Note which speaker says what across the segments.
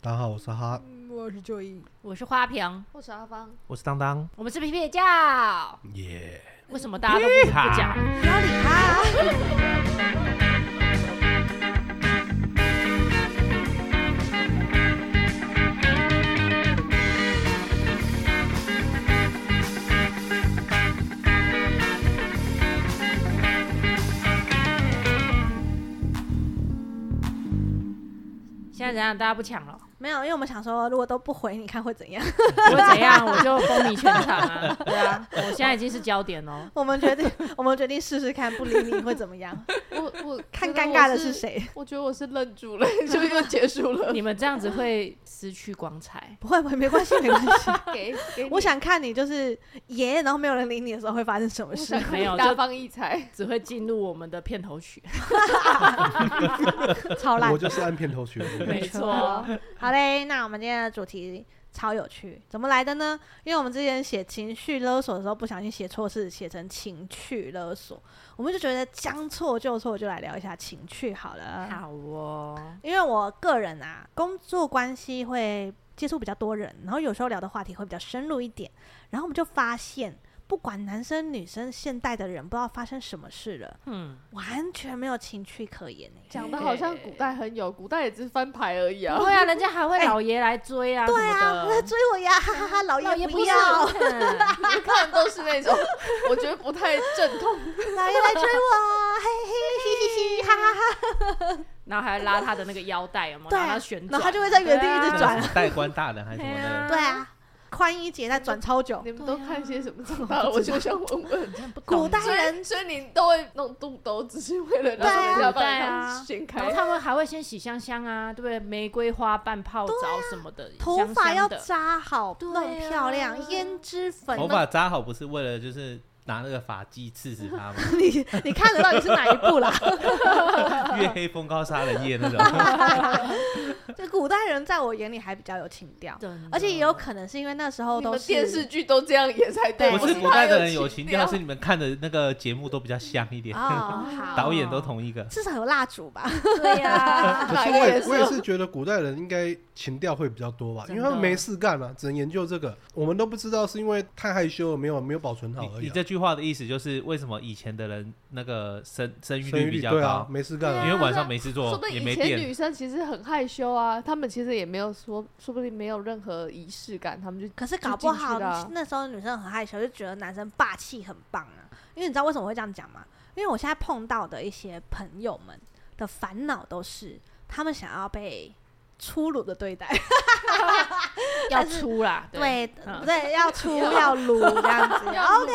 Speaker 1: 大家好，我是哈。
Speaker 2: 我是 Joy，
Speaker 3: 我是花瓶，
Speaker 2: 我是阿芳。
Speaker 4: 我是当当，
Speaker 3: 我们是皮皮叫，
Speaker 1: 耶、
Speaker 3: 为什么大家都不不 讲？不要理他。现在怎样？大家不抢了，
Speaker 2: 没有，因为我们想说，如果都不回，你看会怎 样？
Speaker 3: 我会怎样？我就风靡全场 啊！对啊，我现在已经是焦点哦。
Speaker 2: 我们决定，我们决定试试看，不理你会怎么样？
Speaker 5: 我我
Speaker 2: 看
Speaker 5: 觉得
Speaker 2: 尴
Speaker 5: 我
Speaker 2: 尬的是谁？
Speaker 5: 我觉得我是愣住了， 就又结束了。
Speaker 3: 你们这样子会失去光彩。
Speaker 2: 不会，不会，没关系，没关 系。
Speaker 5: 给给你
Speaker 2: 我想看你就是耶，然后没有人理你的时候会发生什么
Speaker 5: 我
Speaker 2: 事
Speaker 5: 想。看
Speaker 3: 没有
Speaker 5: 你
Speaker 3: 就
Speaker 5: 大放异彩，
Speaker 3: 只会进入我们的片头曲，
Speaker 2: 超烂
Speaker 1: 我。就是按片头曲的那 个。
Speaker 3: 没
Speaker 5: 啊
Speaker 3: 错，
Speaker 2: 好嘞，那我们今天的主题超有趣，怎么来的呢？因为我们之前写情绪勒索的时候，不小心写错字，写成情趣勒索，我们就觉得将错就错，就来聊一下情趣好了。
Speaker 3: 好哦，
Speaker 2: 因为我个人啊，工作关系会接触比较多人，然后有时候聊的话题会比较深入一点，然后我们就发现，不管男生女生，现代的人不知道发生什么事了，
Speaker 3: 嗯，
Speaker 2: 完全没有情趣可言、欸、
Speaker 5: 讲的好像古代很有，古代也只是翻牌而已啊。
Speaker 3: 对啊，人家还会老爷来追啊，
Speaker 2: 对啊，我在追我呀，哈哈哈！老
Speaker 3: 老
Speaker 2: 爷
Speaker 3: 爷
Speaker 2: 不
Speaker 3: 要
Speaker 2: 要，，
Speaker 5: 我看都是那种我觉得不太正统，
Speaker 2: 老爷来追我，嘿嘿嘿嘿嘿，哈哈哈！
Speaker 3: 然后还拉他的那个腰带，有没有？
Speaker 2: 对啊
Speaker 3: 然后他旋转，
Speaker 2: 然后他就会在原地一直
Speaker 3: 对啊
Speaker 2: 转
Speaker 4: 那个什么带官大人还是什么的，
Speaker 3: 嗯
Speaker 2: 对，啊，宽衣解带转超久
Speaker 5: 你，们都看些 什么长大了？我就想问问，
Speaker 2: 古代
Speaker 5: 所以
Speaker 2: 人
Speaker 5: 所以你都会弄肚兜，只是为了让
Speaker 2: 啊
Speaker 5: 人家把它掀
Speaker 3: 然后
Speaker 2: 哎
Speaker 5: 开。
Speaker 3: 他们还会先洗香香啊，对不对？玫瑰花瓣泡澡什么的，
Speaker 2: 啊头发要
Speaker 3: 香香的
Speaker 2: 扎好，
Speaker 3: 对啊
Speaker 2: 弄漂亮，胭脂粉，
Speaker 4: 头发扎好不是为了就是拿那个发髻刺死他吗？
Speaker 2: 你你看得到底是哪一部啦？
Speaker 4: 月黑风高杀人夜 那种，
Speaker 2: 就古代人在我眼里还比较有情调，
Speaker 3: 真的
Speaker 2: 而且也有可能是因为那时候
Speaker 5: 你
Speaker 2: 都
Speaker 5: 们
Speaker 2: 是
Speaker 5: 电视剧都这样演才 对，
Speaker 2: 对
Speaker 4: 不是
Speaker 5: 我
Speaker 4: 古代的人
Speaker 5: 有
Speaker 4: 有情调，是你们看的那个节目都比较像一点，
Speaker 2: 哦，好，
Speaker 4: 导演都同一个。
Speaker 2: 至少有蜡烛吧？
Speaker 3: 对呀，
Speaker 1: 可是
Speaker 5: 哪
Speaker 1: 我
Speaker 5: 个也
Speaker 1: 也
Speaker 5: 是
Speaker 1: 我也是觉得古代人应该情调会比较多吧，因为他们
Speaker 3: 真的
Speaker 1: 没事干啊，只能研究这个。我们都不知道是因为太害羞了，没有没有保存好
Speaker 4: 你
Speaker 1: 而已
Speaker 4: 你
Speaker 1: 啊、
Speaker 4: 这句话的意思就是为什么以前的人那个生生育
Speaker 1: 生
Speaker 4: 率
Speaker 1: 育
Speaker 4: 比
Speaker 1: 率
Speaker 4: 较
Speaker 1: 对啊，
Speaker 4: 高？
Speaker 1: 没事干
Speaker 5: 对
Speaker 1: 啊
Speaker 5: 啊
Speaker 4: 因为晚上没事
Speaker 5: 说
Speaker 4: 做
Speaker 5: 不，定
Speaker 4: 也
Speaker 5: 以
Speaker 4: 没
Speaker 5: 前
Speaker 4: 电
Speaker 5: 女，生其实很害羞啊，她们其实也没有说，说不定没有任何仪式感，她们就
Speaker 2: 可是搞不
Speaker 5: 就进
Speaker 2: 好
Speaker 5: 去了啊
Speaker 2: 那时候女生很害羞，就觉得男生霸气很棒啊。因为你知道为什么会这样讲吗？因为我现在碰到的一些朋友们的烦恼都是他们想要被粗鲁的对待，
Speaker 3: 要
Speaker 2: 但是
Speaker 3: 出啦，
Speaker 2: 对
Speaker 3: 嗯
Speaker 2: 对，要粗要鲁这样子
Speaker 5: 要
Speaker 2: ，OK。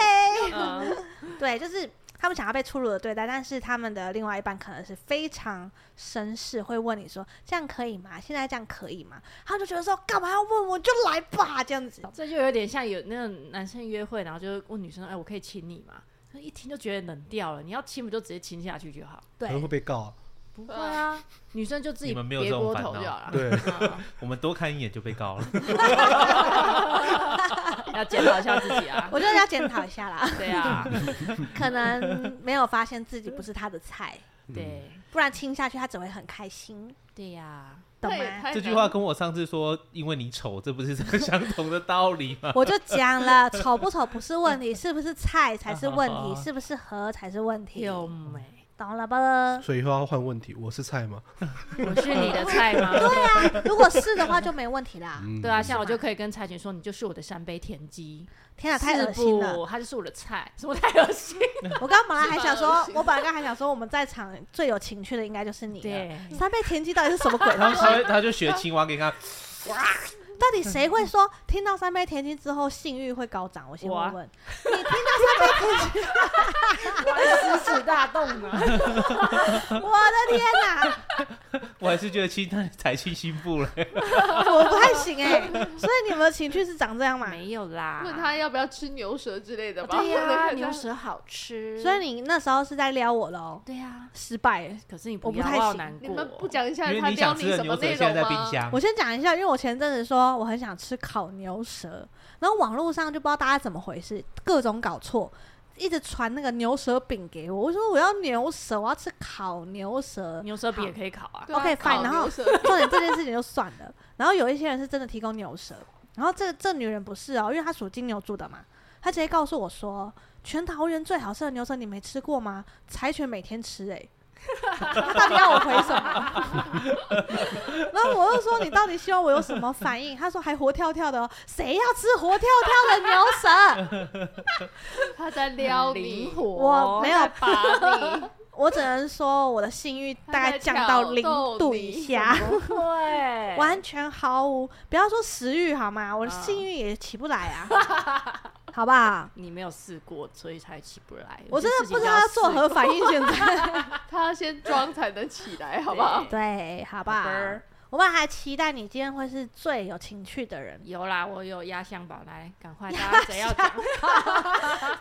Speaker 3: 嗯
Speaker 2: 对，就是他们想要被粗鲁的对待，但是他们的另外一半可能是非常绅士，会问你说这样可以吗？现在这样可以吗？他就觉得说干嘛要问我，就来吧这样子。
Speaker 3: 这就有点像有那种男生约会，然后就问女生：“哎，我可以亲你吗？”那一听就觉得冷掉了。你要亲，不就直接亲下去就好？
Speaker 1: 可能
Speaker 2: 对
Speaker 1: 会，被告啊。
Speaker 3: 不会啊，女生就自己
Speaker 4: 你们没有
Speaker 3: 别
Speaker 4: 这种
Speaker 3: 锅
Speaker 4: 烦
Speaker 3: 头
Speaker 4: 恼
Speaker 3: 就好了。
Speaker 1: 对
Speaker 3: 啊，
Speaker 4: 我们多看一眼就被 告了。
Speaker 3: 要检讨一下自己 啊。
Speaker 2: 我觉得要检讨一下 啦，
Speaker 3: 对啊，
Speaker 2: 可能没有发现自己不是他的菜，
Speaker 3: 对
Speaker 2: 不然听下去他只会很开心，
Speaker 3: 对呀，
Speaker 2: 懂
Speaker 5: 那也
Speaker 2: 吗？
Speaker 5: 太
Speaker 4: 这句
Speaker 5: 难
Speaker 4: 话跟我上次说“因为你丑”，这不是 这个相同的道理吗？
Speaker 2: 我就讲了，丑不丑不是问题，是不是菜才是问
Speaker 4: 好好
Speaker 2: 题，
Speaker 4: 好
Speaker 2: 是不是合才是问题，
Speaker 3: 有美，
Speaker 2: 懂了吧？
Speaker 1: 所以以后要换问题，我是菜吗？
Speaker 3: 我是你的菜吗？
Speaker 2: 对啊，如果是的话就没问题啦。
Speaker 1: 嗯
Speaker 3: 对啊，像我就可以跟柴犬说：“你就是我的三杯田鸡。”
Speaker 2: 天哪，太恶
Speaker 3: 是
Speaker 2: 心了！
Speaker 3: 不，他就是我的菜，什么太恶心？
Speaker 2: 我刚本来还想说
Speaker 5: 是，吧
Speaker 2: 我本来刚还想说，我们在场最有情趣的应该就是你了。
Speaker 3: 对，
Speaker 2: 三倍田鸡到底是什么鬼
Speaker 4: 然
Speaker 2: 东
Speaker 4: 后
Speaker 2: 西？
Speaker 4: 他会他就学青蛙给他，
Speaker 2: 到底谁会说听到三倍田鸡之后性欲会高涨？我先
Speaker 3: 我啊
Speaker 2: 问问，
Speaker 3: 狮子大动啊！
Speaker 2: 我的天哪，
Speaker 4: 我还是觉得青他才去新部了。
Speaker 2: 我不太行哎、所以你们的情趣是长这样嘛？
Speaker 3: 没有啦，
Speaker 5: 问他要不要吃牛舌之类
Speaker 2: 哦
Speaker 5: 的吧。
Speaker 3: 对
Speaker 5: 可能
Speaker 3: 呀、
Speaker 5: 他
Speaker 3: 牛舌好吃。
Speaker 2: 所以你那时候是在撩我喽，
Speaker 3: 对呀、
Speaker 2: 失败、欸。
Speaker 3: 可是你
Speaker 2: 我
Speaker 3: 不
Speaker 2: 不
Speaker 3: 要
Speaker 2: 太
Speaker 3: 我好
Speaker 2: 行
Speaker 3: 难过
Speaker 5: 你
Speaker 3: 哦。
Speaker 5: 们不讲一下
Speaker 4: 因
Speaker 5: 他
Speaker 4: 为你想
Speaker 5: 撩
Speaker 4: 吃
Speaker 5: 你
Speaker 4: 的
Speaker 5: 什
Speaker 4: 牛
Speaker 5: 么
Speaker 4: 舌
Speaker 5: 内
Speaker 4: 现在
Speaker 5: 容
Speaker 4: 在
Speaker 5: 吗
Speaker 4: 冰？箱
Speaker 2: 我，先讲一下，因为我前阵子说我很想吃烤牛舌，然后网络上就不知道大家怎么回事，各种搞错。一直传那个牛舌饼给我，我说我要牛舌，我要吃烤牛舌。
Speaker 3: 牛舌饼也可以烤啊。
Speaker 5: 对啊
Speaker 2: OK，fine，
Speaker 5: 烤
Speaker 2: 然后
Speaker 5: 牛舌
Speaker 2: 重点这件事情就算了，然后有一些人是真的提供牛舌，然后这这女人不是哦，因为她属金牛座的嘛，她直接告诉我说，全桃园最好吃的牛舌你没吃过吗？柴犬每天吃哎、欸。 她到底要我回什么？ 然后我又说你到底希望我有什么反应？她说还活跳跳的、哦，谁要吃活跳跳的牛舌？
Speaker 5: 他在
Speaker 2: 嗯
Speaker 5: 撩你
Speaker 3: 灵，活，
Speaker 2: 我没有
Speaker 5: 他在 把你，
Speaker 2: 我只能说我的性欲大概降到零度以下，
Speaker 3: 对
Speaker 2: 完全毫无，不要说食欲好吗？我的
Speaker 3: 啊
Speaker 2: 性欲也起不来啊， 好不好？
Speaker 3: 你没有试过，所以才起不来。
Speaker 2: 我真的不知道
Speaker 3: 要
Speaker 2: 要做何反应，现 在
Speaker 5: 他要先装才能起来，好不好？
Speaker 2: 对，好不
Speaker 3: 吧，
Speaker 2: 好？。我们还期待你今天会是最有情趣的人
Speaker 3: 有啦，我有压箱宝，来，赶快大家谁要讲？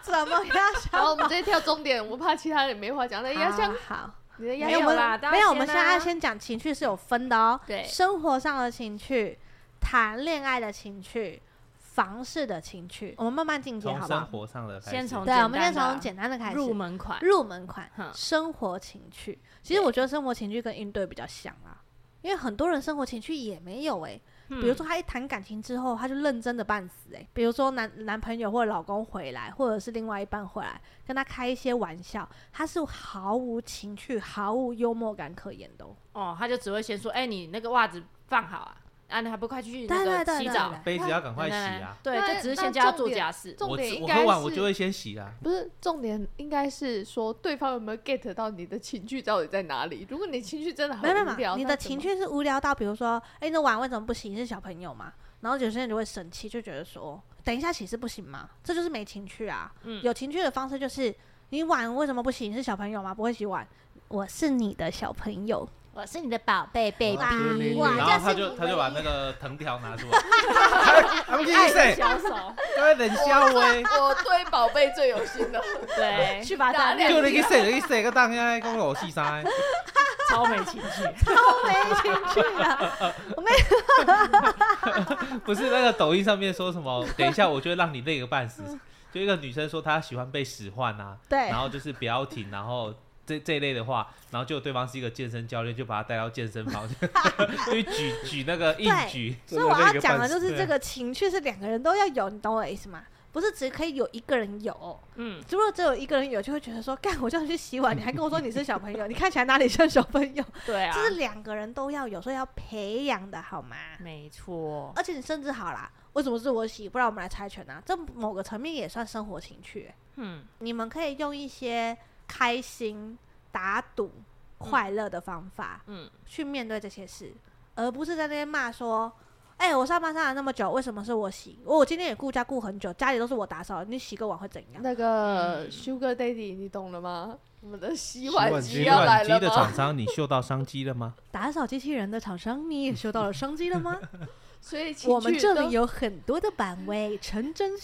Speaker 2: 怎么样？
Speaker 5: 然后我们直接跳终点，我怕其他人没话讲。那压
Speaker 4: 啊
Speaker 5: 箱，
Speaker 2: 好，
Speaker 5: 你的压
Speaker 3: 没
Speaker 5: 箱
Speaker 3: 有
Speaker 5: 宝
Speaker 3: 啦，
Speaker 2: 没有，我们现
Speaker 3: 现
Speaker 2: 在先讲情趣是有分的哦，
Speaker 3: 啊对
Speaker 2: 生活上的情趣、谈恋爱的情趣、房事的情趣，我们慢慢进阶，
Speaker 4: 从
Speaker 2: 好不
Speaker 4: 生
Speaker 2: 好？
Speaker 4: 活上的开始，
Speaker 3: 先从
Speaker 2: 对，我们先
Speaker 3: 简单的啊
Speaker 2: 从简单的开始，
Speaker 3: 入门款，
Speaker 2: 入门款
Speaker 3: 哼
Speaker 2: 生活情趣。其实我觉得生活情趣跟应对比较像啦，因为很多人生活情趣也没有诶、
Speaker 3: 嗯
Speaker 2: 比如说他一谈感情之后，他就认真的半死诶、比如说男男朋友或者老公回来，或者是另外一半回来，跟他开一些玩笑，他是毫无情趣、毫无幽默感可言的、哦。
Speaker 3: 哦，他就只会先说，哎，你那个袜子放好啊，啊，你还不快去
Speaker 2: 对
Speaker 3: 那
Speaker 2: 对对
Speaker 3: 个洗
Speaker 2: 对
Speaker 3: 澡
Speaker 2: 对？
Speaker 4: 杯子要赶快洗啊！
Speaker 3: 对，
Speaker 5: 那
Speaker 3: 就只是
Speaker 5: 那
Speaker 3: 先叫他
Speaker 5: 重
Speaker 3: 做
Speaker 5: 点
Speaker 3: 家事。
Speaker 5: 重
Speaker 4: 我
Speaker 5: 点应
Speaker 4: 我
Speaker 5: 该
Speaker 4: 喝完我
Speaker 5: 是
Speaker 4: 就会先洗啦。
Speaker 5: 不是重点，应该是说对方有没有 get 到你的情绪到底在哪里？如果你情绪真的很
Speaker 2: 没有没
Speaker 5: 无
Speaker 2: 有没有，
Speaker 5: 聊，
Speaker 2: 你
Speaker 5: 那
Speaker 2: 的
Speaker 5: 怎
Speaker 2: 情
Speaker 5: 么
Speaker 2: 绪是无聊到，比如说，哎、那碗为什么不洗？你是小朋友嘛？然后有些人就会生气，就觉得说，等一下洗是不行吗？这就是没情趣啊。
Speaker 3: 嗯
Speaker 2: 有情趣的方式就是，你碗为什么不洗？你是小朋友吗？不会洗碗，我是你的小朋友。
Speaker 3: 我是你的宝贝贝
Speaker 2: 哇
Speaker 4: 然
Speaker 2: 哇
Speaker 4: 后
Speaker 2: 这
Speaker 4: 他
Speaker 2: 是
Speaker 4: 就
Speaker 2: 你
Speaker 4: 他就
Speaker 2: 唯
Speaker 4: 把
Speaker 2: 一
Speaker 4: 那个藤条拿出来，他们跟你谁？
Speaker 3: 小手，
Speaker 4: 他冷笑威，
Speaker 5: 哎我对宝贝最有心的，
Speaker 3: 对，
Speaker 2: 去吧，
Speaker 5: 打
Speaker 2: 大
Speaker 5: 脸
Speaker 2: 家
Speaker 4: 就你去洗，你去洗个当家讲我四三，
Speaker 3: 超没情绪。
Speaker 2: 都没情 趣了。
Speaker 4: 不是那个抖音上面说什么？等一下我就会让你累个半死。就一个女生说她喜欢被使唤啊，
Speaker 2: 对
Speaker 4: 然，后就是不要停，然后这这一类的话，然后就对方是一个健身教练，就把他带到健身房，就举举那个硬
Speaker 2: 对
Speaker 4: 举，
Speaker 2: 所以我要讲的
Speaker 4: 真的累个半死
Speaker 2: 就是
Speaker 4: 对
Speaker 2: 这个情趣是两个人都要有，你懂我的意思吗？不是只可以有一个人有，
Speaker 3: 嗯，
Speaker 2: 如果只有一个人有，就会觉得说，干，我叫你去洗碗，你还跟我说你是小朋友，你看起来哪里像小朋 友？
Speaker 3: 对啊
Speaker 2: 这，是两个人都要有，所以要培养的好吗？
Speaker 3: 没错。
Speaker 2: 而且你甚至好啦，为什么是我洗？不然我们来猜拳啊！这某个层面也算生活情趣欸、
Speaker 3: 嗯，
Speaker 2: 你们可以用一些开心、打赌、快乐的方法，
Speaker 3: 嗯
Speaker 2: 去面对这些事，而不是在那边骂说：“哎、我上班上了那么久，为什么是我洗？我今天也顾家顾很久，家里都是我打扫，你洗个碗会怎 样？”
Speaker 5: 那个
Speaker 3: 嗯
Speaker 5: Sugar Daddy，你懂了吗？我们的洗
Speaker 1: 碗
Speaker 5: 碗
Speaker 1: 机
Speaker 5: 机
Speaker 4: 洗
Speaker 5: 要来
Speaker 4: 碗机
Speaker 5: 了
Speaker 4: 的
Speaker 5: 吗
Speaker 4: 厂？商，你嗅到商机了吗？
Speaker 2: 打扫机器人的厂商，你也嗅到了商机了 吗？
Speaker 5: 所以情
Speaker 2: 我们
Speaker 5: 趣
Speaker 2: 这
Speaker 5: 都
Speaker 2: 里，有很多的版位，成真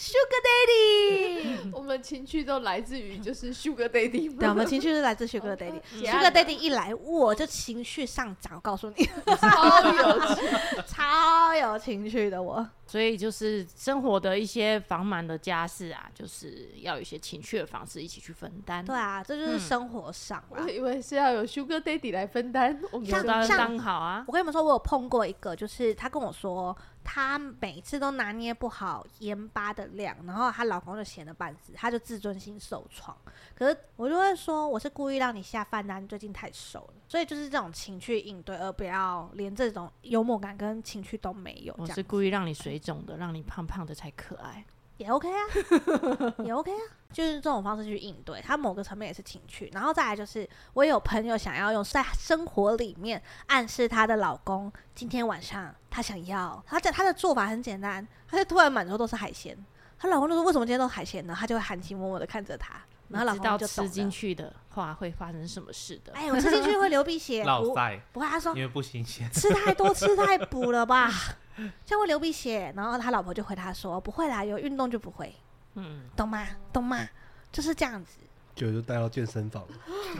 Speaker 2: Sugar Daddy。
Speaker 5: 我们情趣都来自于就是 Sugar Daddy
Speaker 2: 对，我们
Speaker 5: 吗？
Speaker 2: 情绪是来自 Sugar Daddy。
Speaker 3: 嗯
Speaker 5: 结案
Speaker 2: Sugar Daddy 一来，我就情绪上涨，我告诉你，
Speaker 5: 超有趣，
Speaker 2: 超有情绪的我。
Speaker 3: 所以就是生活的一些防满的家事啊，就是要有一些情趣的方式一起去分担。
Speaker 2: 对，啊，这就是
Speaker 3: 嗯
Speaker 2: 生活上啦
Speaker 5: 我。以为是要有 Sugar Daddy 来分担，我们
Speaker 2: 像
Speaker 3: 有当
Speaker 2: 像
Speaker 3: 当好啊，
Speaker 2: 我跟你们说，我有碰过一个，就是她跟我说，她每次都拿捏不好盐巴的量，然后她老公就闲得半死，她就自尊心受创。可是我就会说，我是故意让你下饭的啊，你最近太瘦了。所以就是这种情绪应对，而不要连这种幽默感跟情绪都没有，这
Speaker 3: 我
Speaker 2: 样
Speaker 3: 是故意让你水肿的，让你胖胖的才可爱。
Speaker 2: 也 OK 啊，也 OK 啊，就是这种方式去应对，它某个层面也是情趣。然后再来就是，我有朋友想要用在生活里面暗示她的老公，今天晚上她想要，她的她的做法很简单，她就突然满桌都是海鲜，她老公就说为什么今天都是海鲜呢？她就会含情脉脉的看着他，然后老
Speaker 3: 你知道
Speaker 2: 公就懂
Speaker 3: 吃进
Speaker 2: 了。
Speaker 3: 去的话会发生什么事的。
Speaker 2: 哎，我吃进去会流鼻血，
Speaker 4: 老
Speaker 2: 不
Speaker 4: 塞，
Speaker 2: 不会，他说
Speaker 4: 因为不新鲜。
Speaker 2: 吃太多吃太补了吧，这样会流鼻血。然后他老婆就回他说哦不会啦，有运动就不会。
Speaker 3: 嗯，
Speaker 2: 懂吗？懂吗？就是这样子。
Speaker 1: 就就带到健身房了。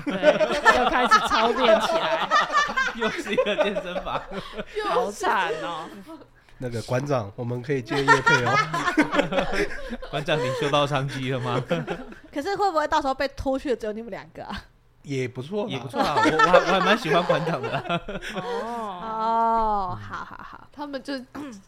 Speaker 3: 对，又开始操练起来，
Speaker 4: 又是一个健身房，
Speaker 5: 又
Speaker 3: 好惨哦。
Speaker 1: 那个馆长，我们可以接业配 哦。
Speaker 4: 馆长，你嗅到商机了吗？
Speaker 2: 可是会不会到时候被拖去的只有你们两个啊？
Speaker 1: 也不错啦，
Speaker 4: 也不错啊，我我还我还蛮喜欢馆长的啦。
Speaker 3: 哦，
Speaker 2: 哦，好好好，
Speaker 5: 他们就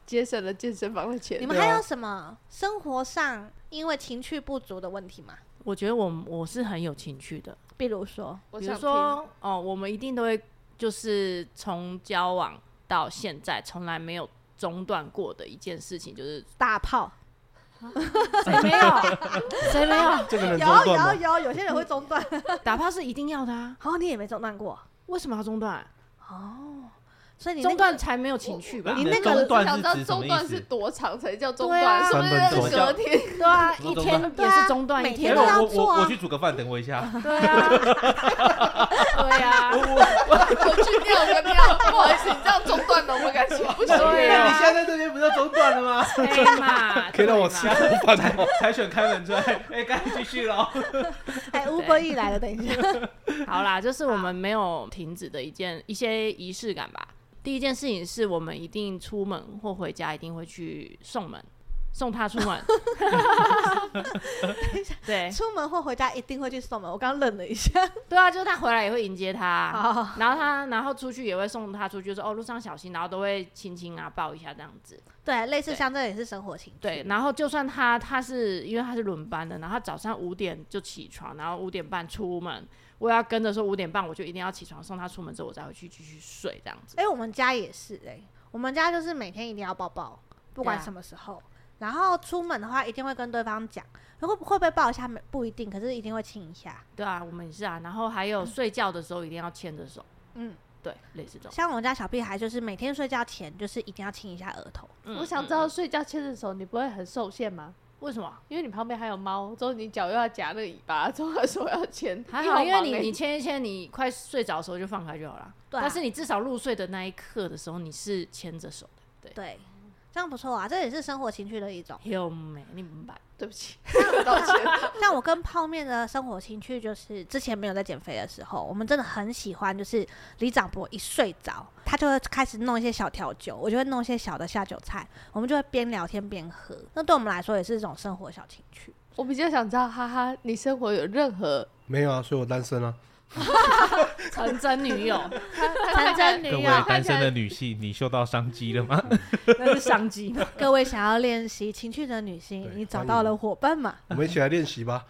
Speaker 5: 节省了健身房的钱
Speaker 2: 你。们
Speaker 1: 对啊
Speaker 2: 还有什么生活上因为情趣不足的问题吗？
Speaker 3: 我觉得我我是很有情趣的，
Speaker 2: 比如说，
Speaker 5: 我
Speaker 3: 比
Speaker 5: 想
Speaker 3: 如
Speaker 5: 说，
Speaker 3: 说哦，我们一定都会就是从交往到现在从来没有中断过的一件事情，就是
Speaker 2: 大炮，
Speaker 3: 谁没有 谁没有
Speaker 1: 这个能
Speaker 2: 有
Speaker 1: 中断
Speaker 2: 有
Speaker 1: 吗？
Speaker 2: 有，有些人会中断，
Speaker 3: 打炮是一定要的啊，
Speaker 2: 哦，你也没中断过，
Speaker 3: 为什么要中断？
Speaker 2: 哦，所以你那
Speaker 3: 中
Speaker 2: 个
Speaker 3: 断才没有情趣吧
Speaker 4: 你？
Speaker 2: 那
Speaker 4: 的
Speaker 2: 个
Speaker 4: 中
Speaker 5: 我
Speaker 4: 断
Speaker 5: 想知
Speaker 4: 是
Speaker 5: 道
Speaker 4: 指什
Speaker 5: 中
Speaker 4: 么
Speaker 5: 断
Speaker 4: 意
Speaker 5: 是
Speaker 4: 思？
Speaker 5: 多长才叫中
Speaker 2: 对
Speaker 5: 断，
Speaker 2: 啊
Speaker 5: 是不
Speaker 1: 三分
Speaker 5: 是
Speaker 1: 钟
Speaker 5: 隔天？
Speaker 3: 对啊，
Speaker 4: 什么
Speaker 3: 一
Speaker 4: 中
Speaker 3: 天
Speaker 4: 断
Speaker 3: 也是中断
Speaker 2: 对啊
Speaker 3: 一
Speaker 2: 每
Speaker 3: 天
Speaker 2: 天都
Speaker 4: 我
Speaker 3: 啊，
Speaker 2: 要
Speaker 4: 我
Speaker 2: 做
Speaker 4: 我
Speaker 2: 啊
Speaker 4: 我去煮个饭，等我一下。
Speaker 3: 对啊，对啊，
Speaker 5: 我去尿个尿，不好意思，你这样中断了我们感情不行。
Speaker 3: 对
Speaker 4: 那
Speaker 3: 啊
Speaker 4: 你现在在这边不是中断了吗？
Speaker 3: 对 嘛，
Speaker 1: 可以让我
Speaker 3: 哎对
Speaker 1: 吃
Speaker 3: 嘛
Speaker 1: 口饭 吗？
Speaker 4: 柴犬开门出来，哎，该继续了。
Speaker 2: 哎，Uber 一来了，等一下，
Speaker 3: 好啦，这是我们没有停止的一件一些仪式感吧。第一件事情是我们一定出门或回家一定会去送门，送他出门。对
Speaker 2: 出门或回家一定会去送门。我刚刚愣了一 下，
Speaker 3: 对啊，就是他回来也会迎接他，
Speaker 2: 好，
Speaker 3: 然后他然后出去也会送他出去，说哦路上小心，然后都会亲亲啊抱一下这样子。
Speaker 2: 对，类似
Speaker 3: 对
Speaker 2: 像这也是生活情趣，
Speaker 3: 对，然后就算他他是因为他是轮班的，然后他早上五点就起床，然后五点半出门，我要跟着说五点半我就一定要起床送他出门之后，我再回去继续睡这样子。
Speaker 2: 哎、我们家也是哎、我们家就是每天一定要抱抱，不管
Speaker 3: 对啊
Speaker 2: 什么时候。然后出门的话，一定会跟对方讲，会不会被抱一下？没不一定，可是一定会亲一下。
Speaker 3: 对啊，我们也是啊。然后还有睡觉的时候一定要牵着手，
Speaker 2: 嗯，
Speaker 3: 对，类似这种。
Speaker 2: 像我们家小屁孩，就是每天睡觉前，就是一定要亲一下额头。
Speaker 3: 嗯
Speaker 5: 我想知
Speaker 3: 嗯
Speaker 5: 道睡觉牵着手，你不会很受限吗？
Speaker 3: 为什么？
Speaker 5: 因为你旁边还有猫，之后你脚又要夹那个尾巴，之后还说要牵，
Speaker 3: 还
Speaker 5: 你
Speaker 3: 好，
Speaker 5: 忙
Speaker 3: 因为你
Speaker 5: 欸
Speaker 3: 你牵一牵，你快睡着的时候就放开就好了。
Speaker 2: 对啊
Speaker 3: 但是你至少入睡的那一刻的时候，你是牵着手的。
Speaker 2: 对，这样不错啊，这也是生活情趣的一种。
Speaker 3: 有没？你明白？
Speaker 5: 对不起，道 歉。
Speaker 2: 像我跟泡面的生活情趣，就是之前没有在减肥的时候，我们真的很喜欢，就是李长博一睡着，他就会开始弄一些小调酒，我就会弄一些小的下酒菜，我们就会边聊天边 喝。那对我们来说也是一种生活小情趣。
Speaker 5: 我比较想知道，哈哈，你生活有任 何
Speaker 1: 没有啊，所以我单身 啊。
Speaker 3: 成真女友，
Speaker 2: 成真
Speaker 4: 各
Speaker 2: 女
Speaker 4: 位
Speaker 2: 友，
Speaker 4: 单身的女性，你嗅到商机了吗？
Speaker 3: 那是商机 吗？
Speaker 2: 各位想要练习情趣的女性
Speaker 1: 对，
Speaker 2: 你找到了伙伴嘛？
Speaker 1: 我们一起来练习吧。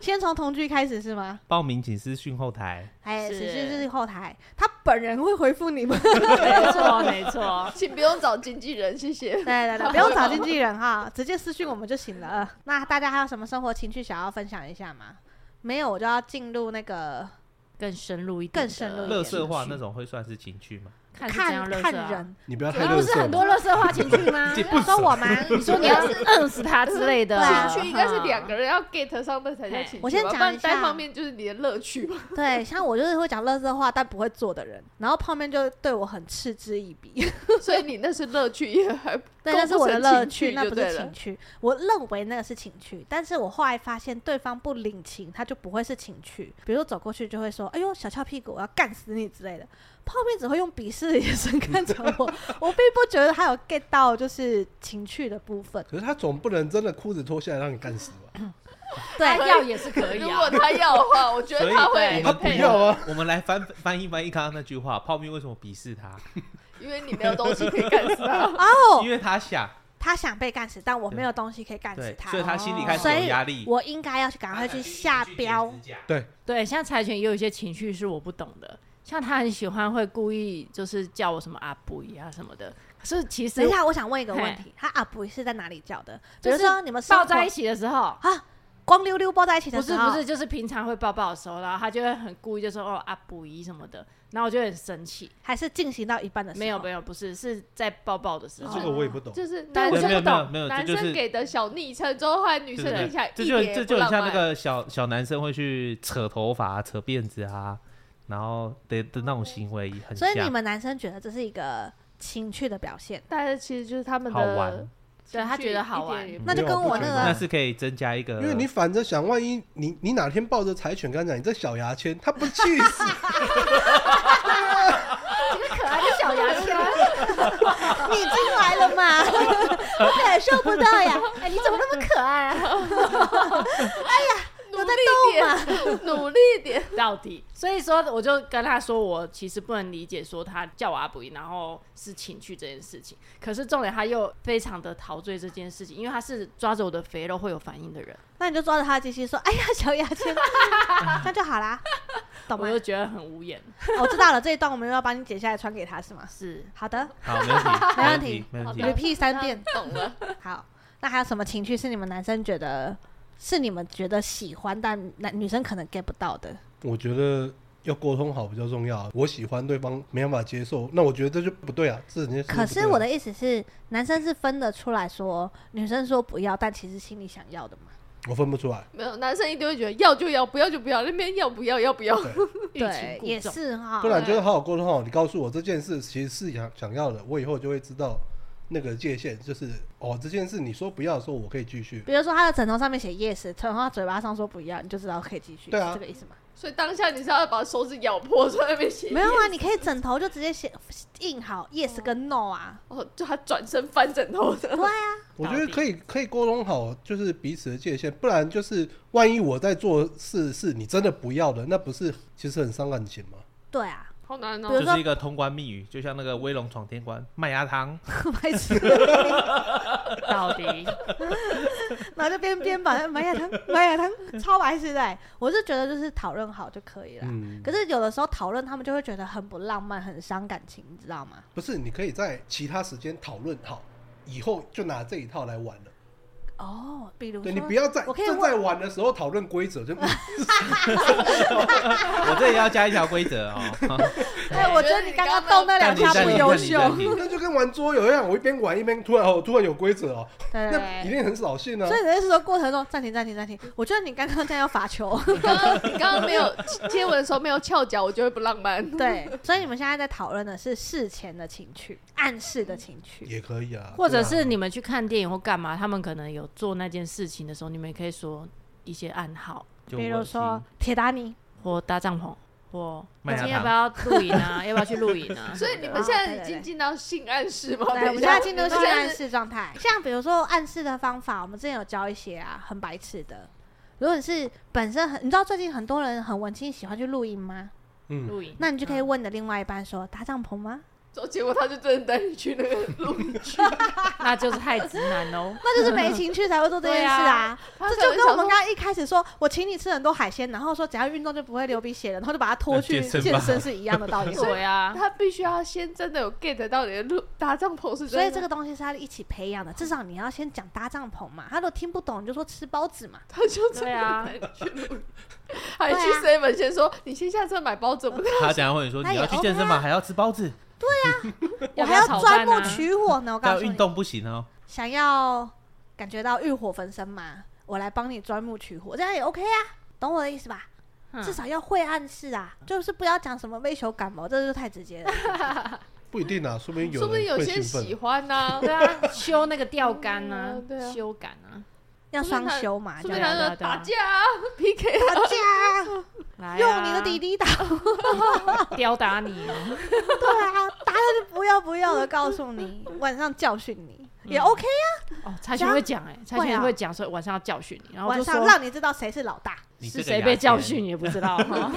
Speaker 2: 先从同居开始是吗？
Speaker 4: 报名请私讯后台。
Speaker 2: 哎，
Speaker 3: 是
Speaker 2: 实际是后台，他本人会回复你们。
Speaker 3: 没错，没错。
Speaker 5: 请不用找经纪人，谢 谢。
Speaker 2: 对对对，不用找经纪人哈，直接私讯我们就行了。呃那大家还有什么生活情趣想要分享一下吗？没有，我就要进入那个
Speaker 3: 更深入一点的，
Speaker 2: 更深入一点
Speaker 4: 乐色化那种会算是情趣吗？
Speaker 3: 看是怎样
Speaker 2: 看
Speaker 3: 乐
Speaker 2: 看
Speaker 3: 色啊。
Speaker 2: 人。啊
Speaker 1: 你不要太
Speaker 3: 啊不
Speaker 1: 热
Speaker 3: 是
Speaker 1: 色
Speaker 3: 很
Speaker 1: 嘛，
Speaker 3: 多乐色化情 趣吗？
Speaker 4: 这不
Speaker 2: 说
Speaker 4: 爽
Speaker 2: 我吗？
Speaker 3: 你说你要摁死他之类的
Speaker 2: 对啊，
Speaker 5: 情趣应该是 两个人要 get 上，那才叫情趣吧。
Speaker 2: 我先讲一下
Speaker 5: 不然单方面就是你的乐趣嘛。
Speaker 2: 对，像我就是会讲乐色话但不会做的人，然后泡面就对我很嗤之以鼻。
Speaker 5: 所以你那是乐趣，也还
Speaker 2: 对，
Speaker 5: 构
Speaker 2: 那
Speaker 5: 不
Speaker 2: 是我的
Speaker 5: 成
Speaker 2: 乐
Speaker 5: 情趣
Speaker 2: 趣，那
Speaker 5: 就
Speaker 2: 不
Speaker 5: 对
Speaker 2: 是
Speaker 5: 了
Speaker 2: 情趣。我认为那个是情趣，但是我后来发现对方不领情，他就不会是情趣。比如说走过去就会说：“哎呦，小翘屁股，我要干死你”之类的。泡面只会用鄙视的眼神看着我， 我并不觉得他有 get 到就是情趣的部分。
Speaker 1: 可是他总不能真的裤子脱下来让你干死吧？
Speaker 2: 对，
Speaker 3: 他要也是可以
Speaker 5: 如
Speaker 3: 啊
Speaker 5: 果。他要的话，我觉得
Speaker 4: 所以
Speaker 5: 他
Speaker 3: 对
Speaker 5: 会
Speaker 1: 他不要啊，
Speaker 4: 我们来翻翻译翻译刚刚那句话，泡面为什么鄙视他？
Speaker 5: 因为你没有东西可以干死他。
Speaker 2: 哦
Speaker 4: 因，为他想，
Speaker 2: 他想被干死，但我没有东西可以干死
Speaker 4: 对，
Speaker 2: 他
Speaker 4: 所以，他心里开始
Speaker 2: 所
Speaker 4: 有
Speaker 2: 以
Speaker 4: 压力。
Speaker 2: 我应该要去赶快
Speaker 5: 啊
Speaker 2: 去下 标。
Speaker 3: 对，像柴犬也有一些情绪是我不懂的，像他很喜欢会故意就是叫我什么阿布啊什么的，可是其实
Speaker 2: 等一下，我想问一个问
Speaker 3: 嘿
Speaker 2: 题：他阿布是在哪里叫的？比
Speaker 3: 就
Speaker 2: 如
Speaker 3: 是
Speaker 2: 说你们生
Speaker 3: 抱
Speaker 2: 活
Speaker 3: 在一起的时候。
Speaker 2: 啊，光溜溜抱在一起的
Speaker 3: 不
Speaker 2: 时
Speaker 3: 是
Speaker 2: 候，
Speaker 3: 不是，就是平常会抱抱的时候，然后他就会很故意就说哦阿布姨什么的，然后我就很生气。
Speaker 2: 还是进行到一半的时候，哦
Speaker 3: 没有没有，不是是在抱抱的时
Speaker 1: 这
Speaker 3: 候，
Speaker 1: 个我也不懂。
Speaker 5: 就是
Speaker 3: 对
Speaker 5: 男
Speaker 3: 我
Speaker 5: 生
Speaker 4: 没有
Speaker 5: 不
Speaker 4: 没有
Speaker 5: 懂，
Speaker 4: 没有，这
Speaker 5: 男
Speaker 4: 就
Speaker 5: 生
Speaker 4: 是
Speaker 5: 给的小昵称之后，换女生听起来
Speaker 4: 这
Speaker 5: 一
Speaker 4: 就
Speaker 5: 点
Speaker 4: 这
Speaker 5: 也不
Speaker 4: 就很
Speaker 5: 浪
Speaker 4: 像那
Speaker 5: 漫。
Speaker 4: 个小小男生会去扯头发、扯辫子啊，然后的的那种行为很
Speaker 2: 所以你
Speaker 4: 像。
Speaker 2: 们男生觉得这是一个情趣的表现，
Speaker 5: 但是其实就是他们
Speaker 4: 好
Speaker 5: 的
Speaker 4: 玩，
Speaker 3: 对他觉得好玩
Speaker 5: 情绪一点也不
Speaker 2: 那就跟我那
Speaker 1: 没有
Speaker 2: 个
Speaker 1: 我不
Speaker 4: 那
Speaker 1: 觉
Speaker 4: 是可以增加一个，
Speaker 1: 因为你反着想，万一你你哪天抱着柴犬跟他讲你这小牙签，他不气死？
Speaker 5: 这个可爱的啊
Speaker 2: 你进来了 嘛，我感受不到呀。哎，你怎么那么可爱 啊？
Speaker 5: 努
Speaker 2: 有在
Speaker 5: 力一点， 努力一点。
Speaker 3: 到底。所以说，我就跟他说，我其实不能理解说他叫我阿布依，然后是情趣这件事情。可是重点，他又非常的陶醉这件事情，因为他是抓着我的肥肉会有反应的人，
Speaker 2: 那你就抓着他的机器说：“哎呀，小牙 签，这样就好 啦。”懂吗啊哦
Speaker 3: 我？就觉得很无言。
Speaker 2: 我知道了，这一段我们又要帮你剪下来传给他是吗？
Speaker 3: 是
Speaker 2: 好的
Speaker 4: 好，没问
Speaker 2: 没问
Speaker 4: 题，没问
Speaker 2: 题
Speaker 4: 题，没问
Speaker 5: 好
Speaker 4: 题
Speaker 5: 的。
Speaker 2: ，repeat 三遍。
Speaker 5: 懂了，
Speaker 2: 好，那还有什么情趣是你们男生觉得是你们觉得喜欢，但男女生可能 get 不到的？
Speaker 1: 我觉得要沟通好比较重要啊。我喜欢对方没办法接受，那我觉得这就不对啊，这整件事情
Speaker 2: 可
Speaker 1: 不对
Speaker 2: 是
Speaker 1: 啊
Speaker 2: 我的意思是，男生是分得出来说，女生说不要，但其实心里想要的嘛。
Speaker 1: 我分不出来，
Speaker 5: 没有男生一定会觉得要就要，不要就不要，那边要不要要不要。
Speaker 3: 欲擒
Speaker 2: 对，也
Speaker 3: 故纵，
Speaker 2: 是哈
Speaker 1: 不。然就
Speaker 5: 对
Speaker 1: 是好好沟通好。你告诉我这件事其实是想想要的，我以后就会知道那个界限，就是哦这件事你说不要的时候，我可以继续。
Speaker 2: 比如说他的枕头上面写 yes，从他嘴巴上说不要，你就知道可以继续，
Speaker 1: 对啊
Speaker 2: 是这个意思吗？
Speaker 5: 所以当下你是要把手指咬破，在那边写
Speaker 2: 没有啊，你可以枕头就直接写印好 yes 跟 no 啊。
Speaker 5: 哦，就他转身翻枕头的。
Speaker 1: 我觉得可以可以沟通好，就是彼此的界限，不然就是万一我在做事是你真的不要的，那不是其实很伤感情吗？
Speaker 2: 对啊，
Speaker 5: 好难
Speaker 2: 比如
Speaker 5: 哦。
Speaker 4: 就是一个通关密语，就像那个威龙闯天关、麦芽糖，
Speaker 2: 白痴，
Speaker 3: 到 底
Speaker 2: 然后就边边把买呀糖买呀糖，超白痴的欸。我是觉得就是讨论好就可以了。
Speaker 1: 嗯，
Speaker 2: 啊可是有的时候讨论，他们就会觉得很不浪漫，很伤感情，你知道吗？
Speaker 1: 不是，你可以在其他时间讨论好，以后就拿这一套来玩了。
Speaker 2: 哦，比如
Speaker 1: 对
Speaker 2: 说
Speaker 1: 你不要在
Speaker 2: 我可以
Speaker 1: 正
Speaker 2: 问
Speaker 1: 在玩的时候讨论规则，就 嗯
Speaker 4: 我这里要加一条规则 哦。
Speaker 2: 哎、我觉得你刚刚动那两
Speaker 4: 暂停
Speaker 2: 下
Speaker 4: 暂
Speaker 2: 不
Speaker 4: 停
Speaker 2: 优
Speaker 4: 暂停
Speaker 2: 秀，
Speaker 4: 暂停，
Speaker 1: 那就跟玩桌游一样，我一边玩一边突然哦，突然有规则哦，
Speaker 2: 对对
Speaker 1: 那一
Speaker 2: 对。
Speaker 1: 定很扫兴啊
Speaker 2: 所。以你在说过程中暂停暂停暂停，我觉得你刚刚这样要罚球，
Speaker 5: 你刚刚你刚刚没有接吻的时候没有翘脚，我就会不浪漫。
Speaker 2: 对，所以你们现在在讨论的是事前的情趣，暗示的情趣，
Speaker 1: 也可以啊，
Speaker 3: 或者
Speaker 1: 对
Speaker 3: 是
Speaker 1: 啊
Speaker 3: 你们去看电影或干嘛，他们可能有做那件事情的时候，你们也可以说一些暗号，
Speaker 4: 就
Speaker 2: 比
Speaker 4: 我
Speaker 2: 如
Speaker 4: 已
Speaker 2: 说
Speaker 4: 经
Speaker 2: 铁达尼，
Speaker 3: 或搭帐篷，或
Speaker 4: 麦芽
Speaker 3: 今天要
Speaker 4: 糖
Speaker 3: 不要露营啊？ 要不要去露营啊？
Speaker 5: 所以你
Speaker 3: 什么的
Speaker 5: 们现在已经进到性暗示吗？
Speaker 2: 对，我们现在进入
Speaker 5: 是
Speaker 2: 性暗示状态。像比如说暗示的方法，我们之前有教一些啊，很白痴的。如果你是本身很，你知道最近很多人很文青，喜欢去露营吗？
Speaker 1: 嗯，
Speaker 3: 露营，啊
Speaker 2: 那你就可以问你的另外一半说：“搭帐篷 吗。
Speaker 5: 之后，结果他就真的带你去那个露营区，
Speaker 3: 那就是太直男喽？”
Speaker 2: 那就是没情趣才会做这件事啊！
Speaker 5: 他
Speaker 2: 这
Speaker 5: 可能
Speaker 2: 就跟我们
Speaker 5: 想
Speaker 2: 刚
Speaker 5: 说
Speaker 2: 刚一开始说，我请你吃很多海鲜，然后说只要运动就不会流鼻血了，然后就把他拖去
Speaker 4: 健身
Speaker 2: 健
Speaker 4: 吧
Speaker 2: 身是一样的道 理。哦
Speaker 3: 对啊，
Speaker 5: 他必须要先真的有 get 到你的路搭帐篷是真
Speaker 2: 所
Speaker 5: 的，
Speaker 2: 以这个东西是要一起培养的，至少你要先讲搭帐篷嘛。他如果听不懂，你就说吃包子嘛。
Speaker 5: 他就真
Speaker 3: 对
Speaker 5: 的
Speaker 3: 啊，
Speaker 5: 还去 seven 先说你先下车买包子，不
Speaker 4: 他等一下问你说
Speaker 2: 那哦
Speaker 4: 你要
Speaker 2: 也
Speaker 4: 去
Speaker 2: OK
Speaker 4: 健身房还要吃包子，
Speaker 2: 我
Speaker 3: 要不
Speaker 2: 还
Speaker 3: 要
Speaker 2: 要
Speaker 3: 炒
Speaker 2: 钻
Speaker 3: 蛋
Speaker 2: 木
Speaker 3: 啊？
Speaker 2: 取火 呢，我告
Speaker 4: 要
Speaker 2: 诉你
Speaker 4: 运。动不行哦。
Speaker 2: 想要感觉到欲火焚身嘛，我来帮你钻木取火，这样也 OK 啊，懂我的意思吧？
Speaker 3: 嗯
Speaker 2: 至少要会暗示啊，就是不要讲什么微球感冒，这就太直接了。
Speaker 1: 不一定啊，说不定有
Speaker 5: 说不定
Speaker 1: 人
Speaker 5: 有
Speaker 1: 会
Speaker 5: 些
Speaker 1: 兴奋
Speaker 5: 喜欢呢、
Speaker 3: 对啊，修那个钓竿啊
Speaker 5: 嗯，对啊
Speaker 3: 修杆啊，
Speaker 2: 要双修嘛，
Speaker 5: 说不
Speaker 2: 这
Speaker 5: 定
Speaker 2: 样
Speaker 3: 对
Speaker 5: 他
Speaker 3: 啊
Speaker 5: 说
Speaker 3: 对啊
Speaker 5: 打架、啊、PK
Speaker 2: 打架，
Speaker 5: 啊，
Speaker 3: 来 啊
Speaker 2: 用你的弟弟打，
Speaker 3: 吊打你哦，
Speaker 2: 对啊，打了就不要不要的，告诉 你，晚上教训你也
Speaker 3: 嗯
Speaker 2: OK，
Speaker 3: 哦，柴犬会讲哎，柴
Speaker 2: 会
Speaker 3: 犬
Speaker 2: 啊
Speaker 3: 会讲，所以晚上要教训你，然后我
Speaker 2: 晚
Speaker 3: 就
Speaker 2: 上
Speaker 3: 说
Speaker 2: 让你知道谁是老大。
Speaker 4: 你这
Speaker 3: 是
Speaker 4: 个
Speaker 3: 谁
Speaker 4: 牙
Speaker 3: 被
Speaker 4: 签
Speaker 3: 教训也不知道 哈，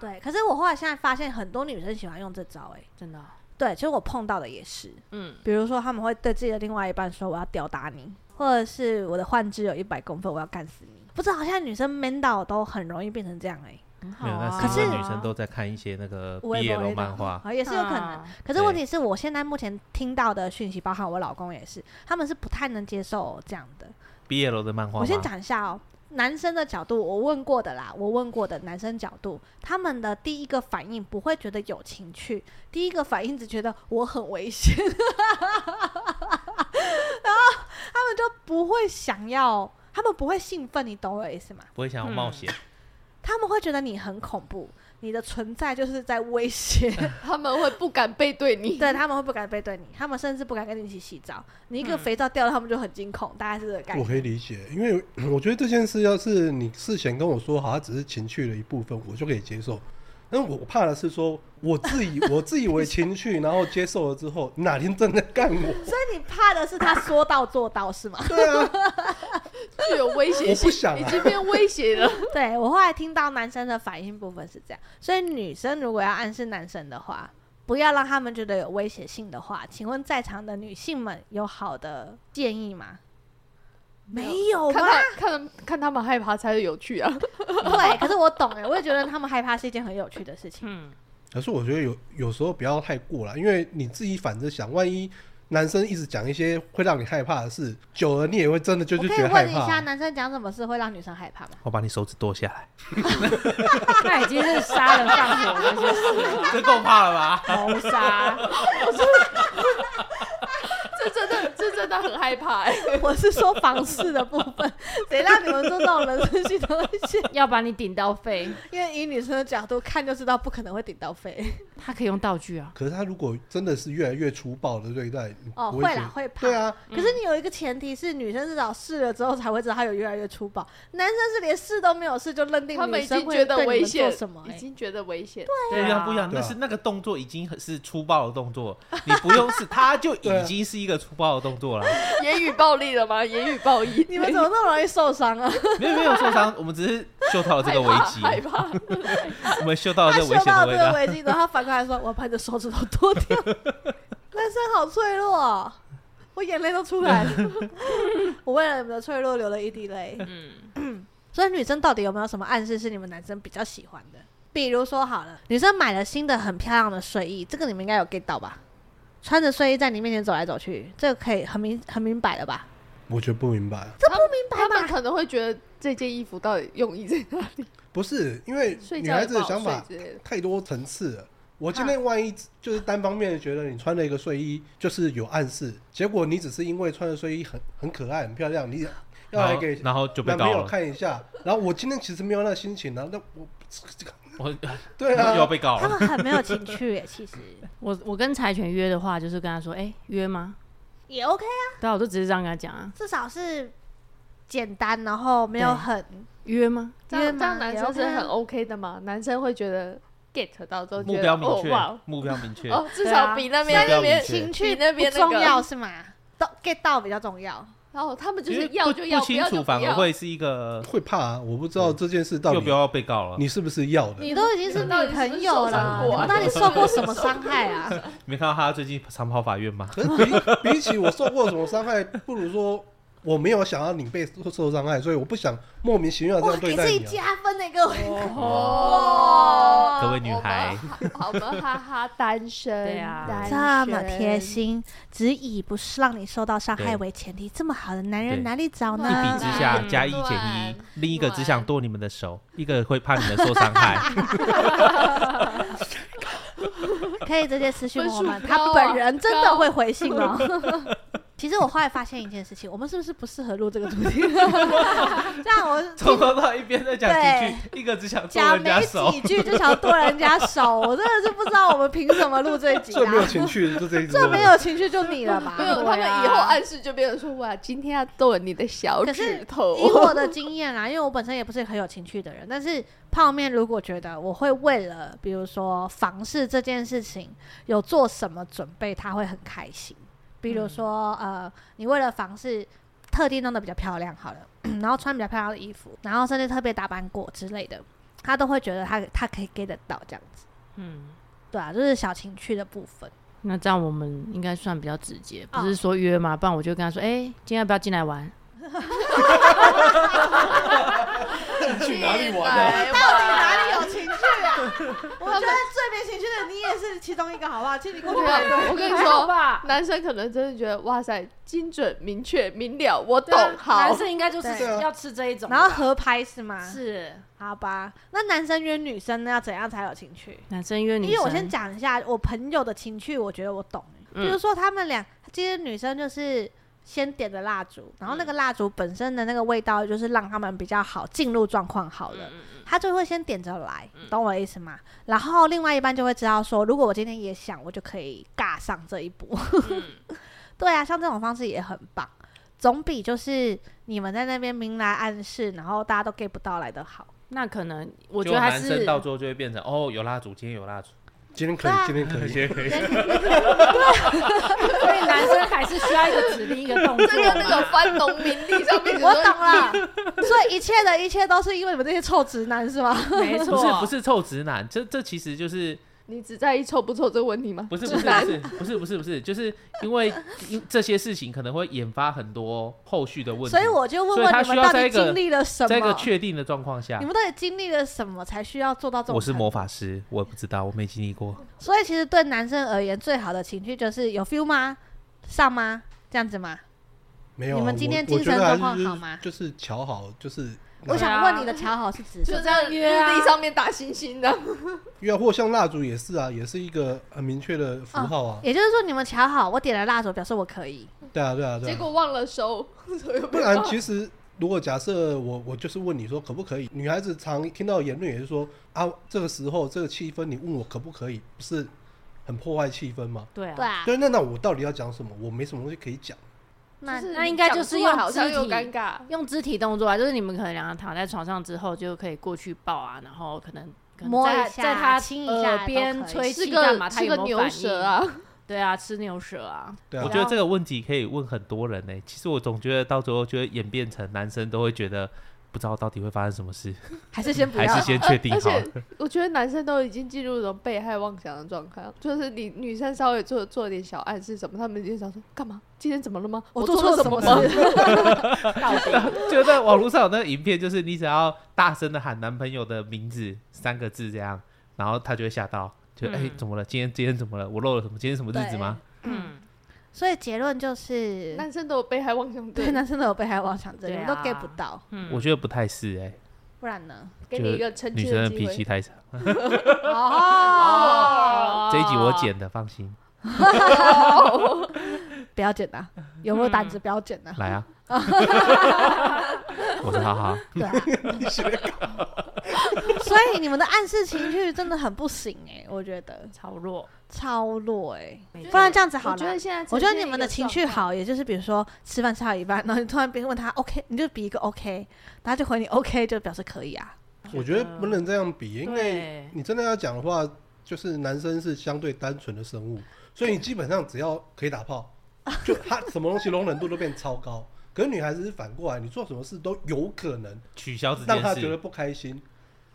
Speaker 2: 对，可是我后来现在发现很多女生喜欢用这招、欸，哎，
Speaker 3: 真的哦，
Speaker 2: 对，其实我碰到的也是，
Speaker 3: 嗯，
Speaker 2: 比如说他们会对自己的另外一半说我要吊打你， 或者是我的幻肢有一百公分，我要干死你。不知道现在女生 man 到都很容易变成这样哎、
Speaker 3: 很好
Speaker 4: 没有，
Speaker 5: 哦
Speaker 3: 啊。
Speaker 4: 那是因
Speaker 2: 可是
Speaker 4: 为女生都在看一些那个
Speaker 2: 我也
Speaker 4: BL
Speaker 2: 不
Speaker 4: 漫画，
Speaker 2: 啊也是有可能。
Speaker 3: 啊，
Speaker 2: 可是问题是我现在目前听到的讯息，包含我老公也是，他们是不太能接受这样的。
Speaker 4: ，BL 的漫画吗。
Speaker 2: 我先讲一下哦，男生的角度，我问过的啦，我问过的男生角度，他们的第一个反应不会觉得有情趣，第一个反应只觉得我很危险， 然后他们就不会想要，他们不会兴奋，你懂我的意思吗？
Speaker 4: 不会想要冒险，
Speaker 5: 嗯
Speaker 2: 他们会觉得你很恐怖，你的存在就是在威胁，
Speaker 5: 他们会不敢背对 你。
Speaker 2: 对他们会不敢背对你， 他们甚至不敢跟你一起洗澡，你一个
Speaker 3: 嗯
Speaker 2: 肥皂掉了，他们就很惊恐，大概是这个概
Speaker 1: 我
Speaker 2: 念。
Speaker 1: 可以理解，因为我觉得这件事要是你事前跟我说好，它只是情趣的一部分，我就可以接受。但是我怕的是说，我自以我自以为情绪，然后接受了之后，哪天真的干 我？
Speaker 2: 所以你怕的是他说到做到是吗？
Speaker 1: 对啊，
Speaker 5: 具有威胁
Speaker 1: 我不
Speaker 5: 性，
Speaker 1: 想
Speaker 5: 已
Speaker 1: 啊。
Speaker 5: 经变威胁了。
Speaker 2: 对我后来听到男生的反应部分是这样，所以女生如果要暗示男生的话，不要让他们觉得有威胁性的话，请问在场的女性们有好的建议吗？没有
Speaker 5: 看
Speaker 2: 吧？
Speaker 5: 他看他们看他们害怕才有趣啊！
Speaker 2: 对，可是我懂哎，我也觉得他们害怕是一件很有趣的事情。
Speaker 3: 嗯，
Speaker 1: 可是我觉得有有时候不要太过了，因为你自己反着想，万一男生一直讲一些会让你害怕的事，久了你也会真的就
Speaker 2: 我
Speaker 1: 就
Speaker 2: 可
Speaker 1: 觉
Speaker 2: 以
Speaker 1: 得害
Speaker 2: 问一下，
Speaker 1: 怕。啊
Speaker 2: 男生讲什么事会让女生害 怕吗？
Speaker 4: 我把你手指剁下来，
Speaker 3: 那已经是杀人放火那些事了，
Speaker 4: 这够怕了吧？
Speaker 3: 谋杀。
Speaker 5: 这真的这真的很害怕 哎、
Speaker 2: 我是说房事的部分，谁让你们做这种人生系统的事？
Speaker 3: 要把你顶到肺，
Speaker 2: 因为以女生的角度看就知道，不可能会顶到肺。
Speaker 3: 他可以用道具啊。
Speaker 1: 可是他如果真的是越来越粗暴的对待，你
Speaker 2: 哦，
Speaker 1: 不
Speaker 2: 会
Speaker 1: 觉
Speaker 2: 啦，
Speaker 1: 得？
Speaker 2: 会怕。
Speaker 1: 对啊，
Speaker 2: 可是
Speaker 5: 嗯
Speaker 2: 你有一个前提是，女生至少试了之后才会知道她有越来越粗暴，男生是连试都没有试就认定
Speaker 5: 他们
Speaker 2: 女
Speaker 5: 已经
Speaker 2: 生
Speaker 5: 觉
Speaker 2: 会
Speaker 5: 得
Speaker 2: 对你
Speaker 5: 危
Speaker 2: 们做
Speaker 5: 险，
Speaker 2: 什么、
Speaker 5: 已
Speaker 2: 欸。
Speaker 5: 经觉得危险。
Speaker 4: 不一样，不一样，
Speaker 1: 对
Speaker 4: 那
Speaker 1: 啊
Speaker 4: 是那个动作已经很是粗暴的动 作，你不用是，他就
Speaker 1: 对啊
Speaker 4: 已经是一个粗暴的动作 了。
Speaker 5: 言语暴力了 吗？言语暴力，
Speaker 2: 你们怎么那么容易受伤啊？
Speaker 4: 没有没有受伤，我们只是嗅到了这
Speaker 5: 害
Speaker 4: 个危
Speaker 5: 怕
Speaker 4: 机，
Speaker 5: 害怕？
Speaker 4: 我们嗅到了
Speaker 2: 他
Speaker 4: 这个危
Speaker 2: 嗅
Speaker 4: 险
Speaker 2: 到
Speaker 4: 的
Speaker 2: 这
Speaker 4: 味
Speaker 2: 个
Speaker 4: 道。
Speaker 2: 危机，然后反过来说：“我要把你的手指头剁掉。”男生好脆弱哦、我眼泪都出来了。 我为了你们的脆弱流了一滴泪。
Speaker 3: 嗯，
Speaker 2: 所以女生到底有没有什么暗示是你们男生比较喜欢的？比如说好了，女生买了新的很漂亮的睡衣，这个你们应该有 get 到吧？穿着睡衣在你面前走来走去，这个可以很明很明白了吧？
Speaker 1: 我觉得不明白。
Speaker 5: 他们可能会觉得这件衣服到底用意在哪里？
Speaker 1: 不是因为
Speaker 5: 睡
Speaker 1: 女
Speaker 5: 觉
Speaker 1: 孩
Speaker 5: 也
Speaker 1: 子
Speaker 5: 不
Speaker 1: 的
Speaker 5: 好
Speaker 1: 想
Speaker 5: 睡
Speaker 1: 法
Speaker 5: 之类的。
Speaker 1: 太多层次了。我今
Speaker 4: 啊
Speaker 1: 天万一就是单方面的觉得你穿了一个睡衣就是有暗示，结果你只是因为穿的睡衣很很可爱、很漂亮，你要
Speaker 4: 然
Speaker 1: 来
Speaker 4: 后
Speaker 1: 给
Speaker 4: 然后就被
Speaker 1: 男
Speaker 4: 告
Speaker 1: 朋友
Speaker 4: 了，
Speaker 1: 看一下。然后我今天其实没有那心情，然后那我这个
Speaker 4: 我
Speaker 1: 对
Speaker 4: 又要
Speaker 1: 啊，
Speaker 4: 被告
Speaker 2: 他
Speaker 4: 了。
Speaker 2: 们很没有情趣耶，其实
Speaker 3: 我我跟柴犬约的话，就是跟他说，哎、约吗？
Speaker 2: 也 OK，
Speaker 3: 对啊，我就直接这样跟他讲啊，
Speaker 2: 至少是简单，然后没有
Speaker 3: 对
Speaker 2: 很
Speaker 3: 约吗？
Speaker 5: 这样
Speaker 2: 约
Speaker 5: 这样
Speaker 2: 吗
Speaker 5: 男
Speaker 2: 也
Speaker 5: 生是
Speaker 2: OK 啊
Speaker 5: 很 OK 的嘛？男生会觉得 get 到之后觉
Speaker 4: 目
Speaker 5: 得
Speaker 4: 标明
Speaker 5: 哦哇
Speaker 4: 确，目标明确，
Speaker 5: 哦，至
Speaker 3: 对
Speaker 5: 少
Speaker 3: 啊
Speaker 5: 比那
Speaker 4: 目标
Speaker 5: 边那
Speaker 4: 明
Speaker 5: 边，
Speaker 4: 确
Speaker 2: 情。趣
Speaker 5: 比那边
Speaker 2: 不
Speaker 5: 那个
Speaker 2: 重要是吗？都 get 到比较重要。
Speaker 5: 然后他们就
Speaker 4: 因为
Speaker 5: 是要
Speaker 4: 不
Speaker 5: 就要，
Speaker 4: 不
Speaker 5: 不
Speaker 4: 清
Speaker 5: 要
Speaker 4: 楚
Speaker 5: 就不
Speaker 4: 反而
Speaker 5: 要。
Speaker 4: 会是一个
Speaker 1: 会怕啊！我不知道这件事到
Speaker 4: 嗯又不
Speaker 1: 底
Speaker 4: 要被告了。
Speaker 1: 你是不是要的。
Speaker 2: 你都已经是
Speaker 5: 是
Speaker 2: 女
Speaker 5: 到底是不是
Speaker 2: 朋友
Speaker 5: 受伤
Speaker 2: 了，
Speaker 5: 过啊
Speaker 2: 那你受过什么伤害 啊？
Speaker 4: 没看到他最近长跑法院吗？
Speaker 1: 可是比比起我受过什么伤害，不如说我没有想要你被受受伤害，所以我不想莫名其妙这
Speaker 2: 哇，
Speaker 1: 样对
Speaker 2: 给
Speaker 1: 待
Speaker 2: 自己
Speaker 1: 你、啊。
Speaker 2: 加分呢，各位。
Speaker 5: 哦，
Speaker 4: 各位女孩
Speaker 5: 我们好，我们哈哈单身，
Speaker 3: 对啊
Speaker 2: 这
Speaker 5: 单
Speaker 2: 么
Speaker 5: 身
Speaker 2: 贴，心，只以不是让你受到伤害
Speaker 4: 对
Speaker 2: 为前提，这么好的男
Speaker 4: 对
Speaker 2: 人哪里找
Speaker 5: 一
Speaker 2: 呢？
Speaker 4: 一比之下
Speaker 3: 嗯
Speaker 4: 加一减一
Speaker 5: 暖，
Speaker 4: 另一个只想
Speaker 5: 暖
Speaker 4: 剁你们的手，一个会怕你们受 伤害。
Speaker 2: 可以直接私信
Speaker 5: 分
Speaker 2: 我
Speaker 5: 数
Speaker 2: 们，
Speaker 5: 高
Speaker 2: 他
Speaker 5: 啊
Speaker 2: 本人真的
Speaker 5: 高
Speaker 2: 会回信哦。 其实我后来发现一件事情，我们是不是不适合录这个主题？ 这样我
Speaker 4: 从头到一边在讲几句，一个只想剁
Speaker 2: 讲
Speaker 4: 人家
Speaker 2: 没
Speaker 4: 手
Speaker 2: 几，句就想剁人家手，我真的是不知道我们凭什么录这一集
Speaker 1: 最
Speaker 2: 啊
Speaker 1: 没！有情趣的就这一啊
Speaker 2: 这没有情绪就你了 吧？
Speaker 5: 没有，他们以后暗示就变成说，哇，今天要剁你的小
Speaker 2: 可是
Speaker 5: 指头。
Speaker 2: 以我的经验啦，因为我本身也不是很有情趣的人，但是泡面如果觉得我会为了比如说房事这件事情有做什么准备，他会很开心。比如说、呃，你为了房事特地弄得比较漂亮好了， 然后穿比较漂亮的衣服，然后甚至特别打扮过之类的，他都会觉得他他可以 get 得到这样子。
Speaker 3: 嗯，
Speaker 2: 对啊，就是小情趣的部分。
Speaker 3: 那这样我们应该算比较直接，
Speaker 2: 哦
Speaker 3: 不是说约嘛，不然我就跟他说，哎、今天要不要进来玩？
Speaker 1: 去哪里玩啊？
Speaker 5: 来
Speaker 2: 到底
Speaker 5: 玩
Speaker 2: 哪里有情趣啊？哎我觉得最没情趣的你也是其中一个，好不好？请你过去
Speaker 5: 对
Speaker 2: 排
Speaker 5: 啊
Speaker 2: 队。
Speaker 5: 我跟你
Speaker 3: 还好
Speaker 5: 说，
Speaker 3: 吧，
Speaker 5: 男生可能真的觉得，哇塞，精准、明确、明了，我懂
Speaker 3: 对啊，
Speaker 5: 好
Speaker 3: 男。生应该就是
Speaker 1: 对啊
Speaker 3: 要吃这一种 的
Speaker 2: 然
Speaker 3: 吧，
Speaker 2: 后合拍是吗？，
Speaker 3: 是
Speaker 2: 好吧。那男生约女生呢，要怎样才有情趣？
Speaker 3: 男生约女
Speaker 2: 因
Speaker 3: 生，
Speaker 2: 为我先讲一下我朋友的情趣，我觉得我懂欸、
Speaker 3: 嗯
Speaker 2: 比如说他们俩，其实女生就是先点的蜡烛，然后
Speaker 3: 嗯
Speaker 2: 那个蜡烛本身的那个味道，就是让他们比较好进入状况好
Speaker 3: 嗯
Speaker 2: 的。他就会先点着来，懂我的意思吗？然后另外一半就会知道说，如果我今天也想，我就可以尬上这一波。
Speaker 3: 嗯
Speaker 2: 对啊，像这种方式也很棒，总比就是你们在那边明来暗示，然后大家都 get 不到来的好。
Speaker 3: 那可能我觉得还
Speaker 4: 男生
Speaker 3: 是
Speaker 4: 到最后就会变成哦，有蜡烛，今天有蜡烛，
Speaker 1: 今天可以
Speaker 2: 对，啊
Speaker 1: 今天可以。
Speaker 4: 也可以。
Speaker 3: 所以男生还是需要一个指令一个 动作
Speaker 5: 这跟那个
Speaker 3: 嘛
Speaker 5: 翻农民历上面，
Speaker 2: 我懂了， 所以一切的一切都是因为你们这些臭直男是吗？
Speaker 3: 没
Speaker 4: 不是
Speaker 3: 错，
Speaker 4: 不是臭直男，这这其实就是
Speaker 5: 你只在意臭不臭这个问题吗？
Speaker 4: 不是不是不是不是不是不是，就是因为因这些事情可能会引发很多后续的问题，
Speaker 2: 所以我就问
Speaker 4: 所以他
Speaker 2: 问你
Speaker 4: 需
Speaker 2: 们
Speaker 4: 要
Speaker 2: 到
Speaker 4: 在
Speaker 2: 底
Speaker 4: 一个
Speaker 2: 经历了什
Speaker 4: 在一个
Speaker 2: 么？
Speaker 4: 确定的状况下
Speaker 2: 你，们到底经历了什么才需要做到这种？
Speaker 4: 我是魔。法师，我不知道，我没经历过。
Speaker 2: 所以其实对男生而言，最好的情绪就是有 feel 吗？上吗？这样子吗？
Speaker 1: 没有啊，
Speaker 2: 你们今天精神状况好
Speaker 1: 我我觉得
Speaker 2: 吗
Speaker 1: 还是就是就是瞧好，就是
Speaker 2: 我想问你的巧好是指什
Speaker 5: 就
Speaker 2: 么？
Speaker 5: 这样
Speaker 3: 约啊
Speaker 5: 日历上面打星星的，
Speaker 4: 啊
Speaker 1: 因为或像蜡烛也是啊，也是一个很明确的符号啊。
Speaker 2: 也就是说，你们巧好，我点了蜡烛，表示我可以。
Speaker 1: 对啊，对啊，对啊。
Speaker 5: 结果忘了收，所以
Speaker 1: 不然，其实如果假设我我就是问你说可不可以，女孩子常听到言论也是说啊，这个时候这个气氛你问我可不可以，不是很破坏气氛吗？
Speaker 3: 对
Speaker 2: 对
Speaker 3: 啊，
Speaker 2: 啊，
Speaker 1: 对，那那我到底要讲什么？我没什么东西可以讲。
Speaker 2: 那
Speaker 5: 就是
Speaker 3: 那应该就是用
Speaker 5: 讲出来好像
Speaker 3: 肢
Speaker 5: 又
Speaker 3: 体
Speaker 5: 尴尬，
Speaker 3: 用肢体动作啊，就是你们可能两个躺在床上之后就可以过去抱啊，然后可能。可能
Speaker 2: 摸
Speaker 3: 在
Speaker 2: 一下
Speaker 3: 在他
Speaker 2: 亲一下
Speaker 3: 耳
Speaker 2: 都
Speaker 3: 边
Speaker 2: 可以
Speaker 3: 吹
Speaker 5: 是
Speaker 3: 气
Speaker 5: 个
Speaker 3: 干嘛？他
Speaker 5: 是
Speaker 3: 有没
Speaker 5: 个
Speaker 3: 有
Speaker 5: 牛
Speaker 3: 反
Speaker 5: 舌
Speaker 3: 应？
Speaker 5: 啊，
Speaker 3: 对啊，吃牛舌啊，
Speaker 1: 对啊
Speaker 4: 我，觉得这个问题可以问很多人呢、欸其实我总觉得到最后就会演变成男生都会觉得不知道到底会发生什么事，
Speaker 2: 还是先不
Speaker 4: 还
Speaker 2: 要
Speaker 4: 是。先确定
Speaker 5: 啊而
Speaker 4: 好了
Speaker 5: 且。我觉得男生都已经进入一种被害妄想的状态了，就是你女生稍微做做点小暗示什么，他们就想说干嘛？今天怎么了吗？
Speaker 2: 我
Speaker 5: 做
Speaker 2: 做错
Speaker 5: 了什么
Speaker 2: 什
Speaker 5: 吗
Speaker 2: 么？
Speaker 3: 到底
Speaker 4: 就在网络上有那个影片，就是你只要大声的喊男朋友的名字三个字这样，然后他就会吓到，就哎、
Speaker 3: 嗯
Speaker 4: 怎么了？今天今天怎么了？我漏了什么？今天什么日子吗？
Speaker 3: 嗯，
Speaker 2: 所以结论就是，
Speaker 5: 男生都有被害妄想
Speaker 2: 对
Speaker 5: 症，
Speaker 2: 男生都有被害妄想症，你
Speaker 3: 对啊
Speaker 2: 们都 get 不到，
Speaker 3: 嗯
Speaker 4: 我觉得不太是哎、
Speaker 2: 不然呢？
Speaker 5: 给你一个澄
Speaker 4: 女
Speaker 5: 清
Speaker 4: 生的
Speaker 5: 机
Speaker 4: 脾
Speaker 5: 会
Speaker 4: 气。太差。
Speaker 2: 哦，
Speaker 4: 这一集我剪的，放心，
Speaker 2: 不要剪啊，有没有胆子不要剪
Speaker 5: 哦
Speaker 2: 啊？
Speaker 4: 来 啊！ 我是浩浩，
Speaker 2: 对啊，所以你们的暗示情绪真的很不行哎、我觉得
Speaker 3: 哦超弱，超
Speaker 2: 超弱哎、
Speaker 3: 没
Speaker 2: 不然这样子好
Speaker 5: 我
Speaker 2: 了
Speaker 5: 觉。得现在，
Speaker 2: 我觉得你们的情绪，好，也就是比如说吃饭吃到一半， 然后你突然别人问他 OK，你就比一个 OK，然后就回你 OK，就表示可以啊。
Speaker 1: 我觉得不能这样比，因为
Speaker 3: 对
Speaker 1: 你真的要讲的话，就是男生是相对单纯的生物，所以你基本上只要可以打 炮，就他什么东西容忍度都变超高。可是女孩子是反过来，你做什么事都有可能
Speaker 4: 取消这
Speaker 1: 让
Speaker 4: 件
Speaker 1: 她觉得
Speaker 4: 事，
Speaker 1: 不开心，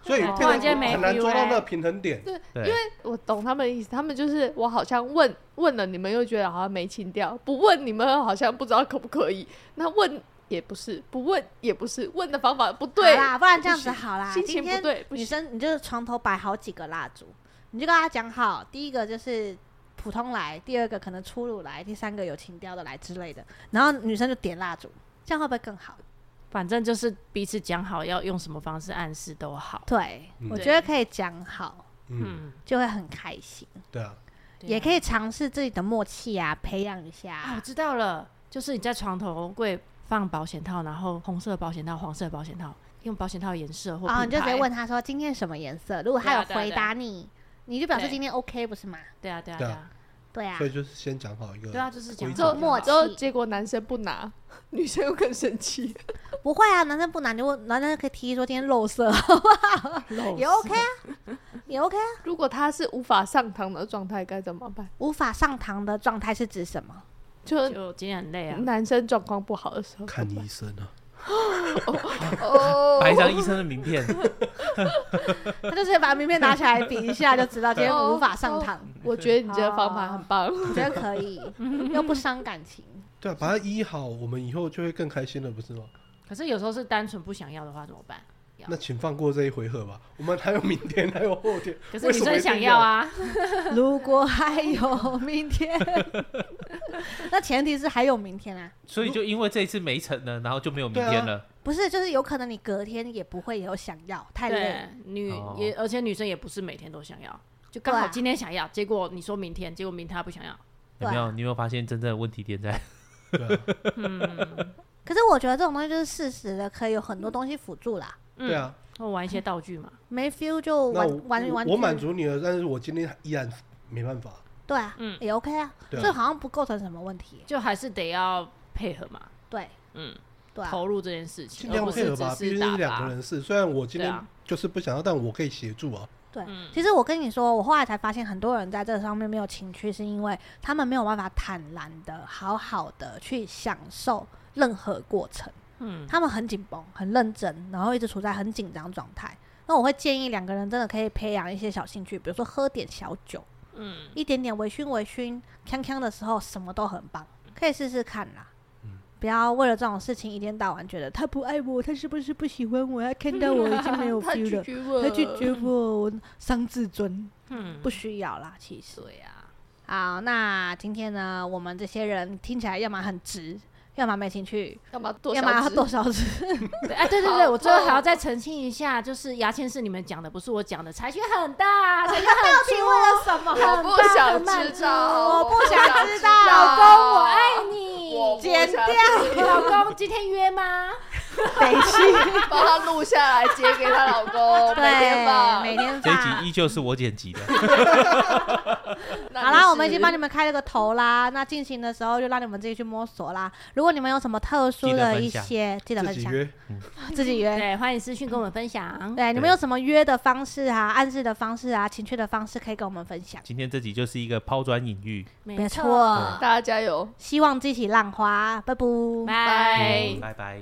Speaker 1: 所以
Speaker 3: 哦突
Speaker 1: 变
Speaker 3: 然
Speaker 1: 得
Speaker 3: 间没
Speaker 1: 很难
Speaker 3: feel
Speaker 1: 抓到
Speaker 3: 欸
Speaker 1: 那个平衡点。
Speaker 4: 对，
Speaker 5: 因为我懂他们的意思，他们就是我好像问问了你们，又觉得好像没情调，不问你们好像不知道可不可以，那问也不是，不问也不是，问的方法不对
Speaker 2: 好，啦，不然这样子好啦，
Speaker 5: 心
Speaker 2: 今
Speaker 5: 情
Speaker 2: 天
Speaker 5: 不对，不
Speaker 2: 女
Speaker 5: 行。
Speaker 2: 生，你就是床头摆好几个蜡烛，你就跟她讲好，第一个就是普通来，第二个可能粗鲁来，第三个有情调的来之类的，然后女生就点蜡烛，这样会不会更好？
Speaker 3: 反正就是彼此讲好要用什么方式暗示都好。
Speaker 2: 对，
Speaker 1: 嗯
Speaker 2: 我觉得可以讲好，
Speaker 1: 嗯，
Speaker 3: 嗯，
Speaker 2: 就会很开心，
Speaker 1: 对啊，
Speaker 3: 对啊
Speaker 2: 也可以尝试自己的默契啊，培养一下。
Speaker 3: 啊，我知道了，就是你在床头柜放保险套，然后红色保险套、黄色保险套，用保险套颜色或
Speaker 2: 啊、你就
Speaker 3: 品
Speaker 2: 直接
Speaker 3: 牌
Speaker 2: 问他说今天什么颜色，如果他
Speaker 3: 对
Speaker 2: 有
Speaker 3: 啊对啊
Speaker 2: 回
Speaker 3: 对啊
Speaker 2: 答你，你就表示
Speaker 3: 对
Speaker 2: 今天 OK 不是吗？
Speaker 3: 对啊，对啊，
Speaker 1: 对
Speaker 3: 对
Speaker 1: 啊
Speaker 3: 啊，
Speaker 2: 对啊
Speaker 1: 所，以就是先讲好一
Speaker 3: 对
Speaker 1: 个，
Speaker 3: 啊，就是
Speaker 1: 规
Speaker 3: 讲
Speaker 1: 则
Speaker 3: 好就
Speaker 2: 默
Speaker 3: 好
Speaker 2: 契
Speaker 5: 之后结果男生不拿， 女生又更生气。
Speaker 2: 不会啊，男生不难，你就问男生可以提议说今天肉色 也 OK 啊，也 OK 啊。
Speaker 5: 如果他是无法上堂的状态，该怎么办？
Speaker 2: 无法上堂的状态是指什么？
Speaker 5: 就是
Speaker 3: 就今天很累啊，
Speaker 5: 男生状况不好的时候，
Speaker 1: 看医生 啊。
Speaker 5: 哦
Speaker 3: 哦
Speaker 4: 摆一张医生的名片，
Speaker 2: 他就是把名片拿起来比一下，就知道今天
Speaker 3: 哦
Speaker 2: 无法上堂，
Speaker 5: 我觉得你这个方法很棒，
Speaker 2: 我觉得可 以，又不伤感情。
Speaker 1: 对啊，把它医好，我们以后就会更开心了，不是吗？
Speaker 3: 可是有时候是单纯不想要的话怎么办？
Speaker 1: 那请放过这一回合吧，我们还有明天，还有后天。
Speaker 3: 可是
Speaker 1: 为
Speaker 3: 女
Speaker 1: 什么
Speaker 3: 生
Speaker 1: 一定
Speaker 3: 想要啊，
Speaker 2: 如果还有明天， 那前提是还有明天啊，
Speaker 4: 所以就因为这一次没成呢，然后就没有明天了。
Speaker 2: 不是就是有可能你隔天也不会有想要，太累了
Speaker 3: 对，女
Speaker 4: 哦
Speaker 3: 也而且女生也不是每天都想要，就刚好
Speaker 2: 对啊
Speaker 3: 今天想要，结果你说明天，结果明天她不想要，
Speaker 4: 有没有？你有没有发现真正的问题点在？
Speaker 1: 对啊，
Speaker 3: 嗯，
Speaker 2: 可是我觉得这种东西就是事实的，可以有很多东西辅助啦。
Speaker 1: 对啊。
Speaker 3: 我嗯玩一些道具嘛，
Speaker 2: 没 feel 就
Speaker 1: 那
Speaker 2: 玩
Speaker 1: 我
Speaker 2: 玩
Speaker 1: 我
Speaker 2: 玩具，
Speaker 1: 我满足你了，但是我今天依然没办法。
Speaker 2: 对啊，
Speaker 3: 嗯
Speaker 2: 也 OK 啊，
Speaker 1: 对啊
Speaker 2: 这好像不构成什么问题。
Speaker 3: 就还是得要配合嘛，
Speaker 2: 对，
Speaker 3: 嗯，
Speaker 2: 对啊，
Speaker 3: 投入这件事情，
Speaker 1: 尽
Speaker 3: 而
Speaker 1: 量
Speaker 3: 不
Speaker 1: 配
Speaker 3: 是
Speaker 1: 合
Speaker 3: 只
Speaker 1: 吧，毕
Speaker 3: 是
Speaker 1: 竟
Speaker 3: 打
Speaker 1: 是
Speaker 3: 发
Speaker 1: 两个。人事。虽然我今
Speaker 3: 对
Speaker 1: 天
Speaker 3: 啊
Speaker 1: 就是不想要，但我可以协助啊。
Speaker 2: 对，
Speaker 3: 嗯
Speaker 2: 其实我跟你说，我后来才发现，很多人在这上面没有情趣，是因为他们没有办法坦然的、好好的去享受任何过程，
Speaker 3: 嗯，
Speaker 2: 他们很紧绷、很认真，然后一直处在很紧张状态。那我会建议两个人真的可以培养一些小兴趣，比如说喝点小酒，
Speaker 3: 嗯，
Speaker 2: 一点点微醺微醺，锵锵的时候什么都很棒，可以试试看啦。
Speaker 1: 嗯
Speaker 2: 不要为了这种事情一天到晚觉得他不爱我，他是不是不喜欢我？他看到我已经没有
Speaker 5: 他拒
Speaker 2: feel 了，
Speaker 5: 绝我，
Speaker 2: 他拒绝我，我伤自尊，
Speaker 3: 嗯
Speaker 2: 不需要啦，其实。
Speaker 3: 对啊呀，
Speaker 2: 好，那今天呢，我们这些人听起来要么很直，要么没情趣，
Speaker 5: 干嘛剁
Speaker 2: 要
Speaker 5: 小
Speaker 2: 么要
Speaker 5: 指
Speaker 2: 多少直。
Speaker 3: 对啊，对对
Speaker 5: 好
Speaker 3: 对，我最后还要
Speaker 5: 痛
Speaker 3: 再澄清一下，就是牙签是你们讲的，不是我讲的，财权很大，财权
Speaker 2: 到底为了什么？
Speaker 5: 我不想知道，
Speaker 2: 我不想知道
Speaker 3: 老公，我爱你，
Speaker 5: 我不
Speaker 2: 剪
Speaker 5: 想
Speaker 2: 掉
Speaker 3: 老公今天约吗？
Speaker 2: 北西，
Speaker 5: 帮她录下来，截给她老 公，每天
Speaker 2: 对，啊
Speaker 5: 吧。
Speaker 2: 每天
Speaker 4: 这一
Speaker 2: 发
Speaker 4: 集。依旧是我剪辑的，
Speaker 5: 那
Speaker 2: 好
Speaker 5: 你
Speaker 2: 啦，
Speaker 5: 是
Speaker 2: 我们已经帮你们开了个头啦。那进行的时候就让你们自己去摸索啦。如果你们有什么特殊
Speaker 4: 记得
Speaker 2: 的
Speaker 4: 分
Speaker 2: 一
Speaker 4: 享
Speaker 2: 些，记得
Speaker 1: 自
Speaker 2: 分
Speaker 1: 己
Speaker 2: 享，
Speaker 1: 约，
Speaker 2: 自己约。
Speaker 3: 对，欢迎私讯跟我们分享。
Speaker 2: 对，你们
Speaker 4: 对
Speaker 2: 有什么约的方式啊、暗示的方式啊、情趣的方式，可以跟我们分享。
Speaker 4: 今天这集就是一个抛砖引玉，
Speaker 2: 没错，
Speaker 5: 大家加油。
Speaker 2: 希望激起浪花，拜拜。
Speaker 3: 拜。
Speaker 4: 拜拜。